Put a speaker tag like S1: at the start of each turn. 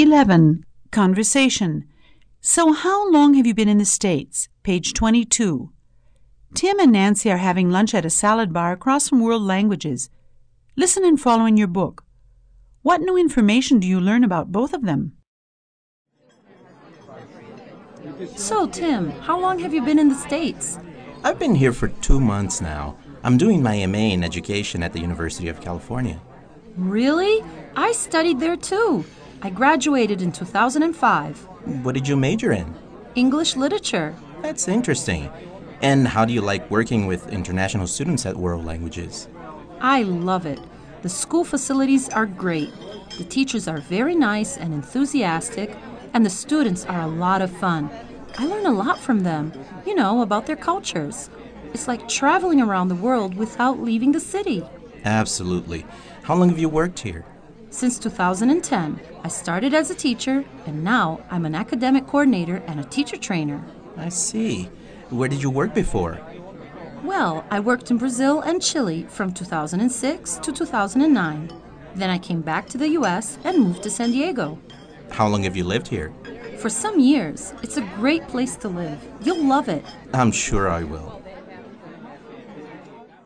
S1: 11. Conversation. So how long have you been in the States? Page 22. Tim and Nancy are having lunch at a salad bar across from World Languages. Listen and follow in your book. What new information do you learn about both of them?
S2: So, Tim, how long have you been in the States?
S3: I've been here for two months now. I'm doing my MA in education at the University of California.
S2: Really? I studied there too. I graduated in 2005.
S3: What did you major in?
S2: English literature.
S3: That's interesting. And how do you like working with international students at World Languages?
S2: I love it. The school facilities are great. The teachers are very nice and enthusiastic, and the students are a lot of fun. I learn a lot from them, you know, about their cultures. It's like traveling around the world without leaving the city.
S3: Absolutely. How long have you worked here?
S2: Since 2010, I started as a teacher, and now I'm an academic coordinator and a teacher trainer.
S3: I see. Where did you work before?
S2: Well, I worked in Brazil and Chile from 2006 to 2009. Then I came back to the US and moved to San Diego.
S3: How long have you lived here?
S2: For some years, it's a great place to live. You'll love it.
S3: I'm sure I will.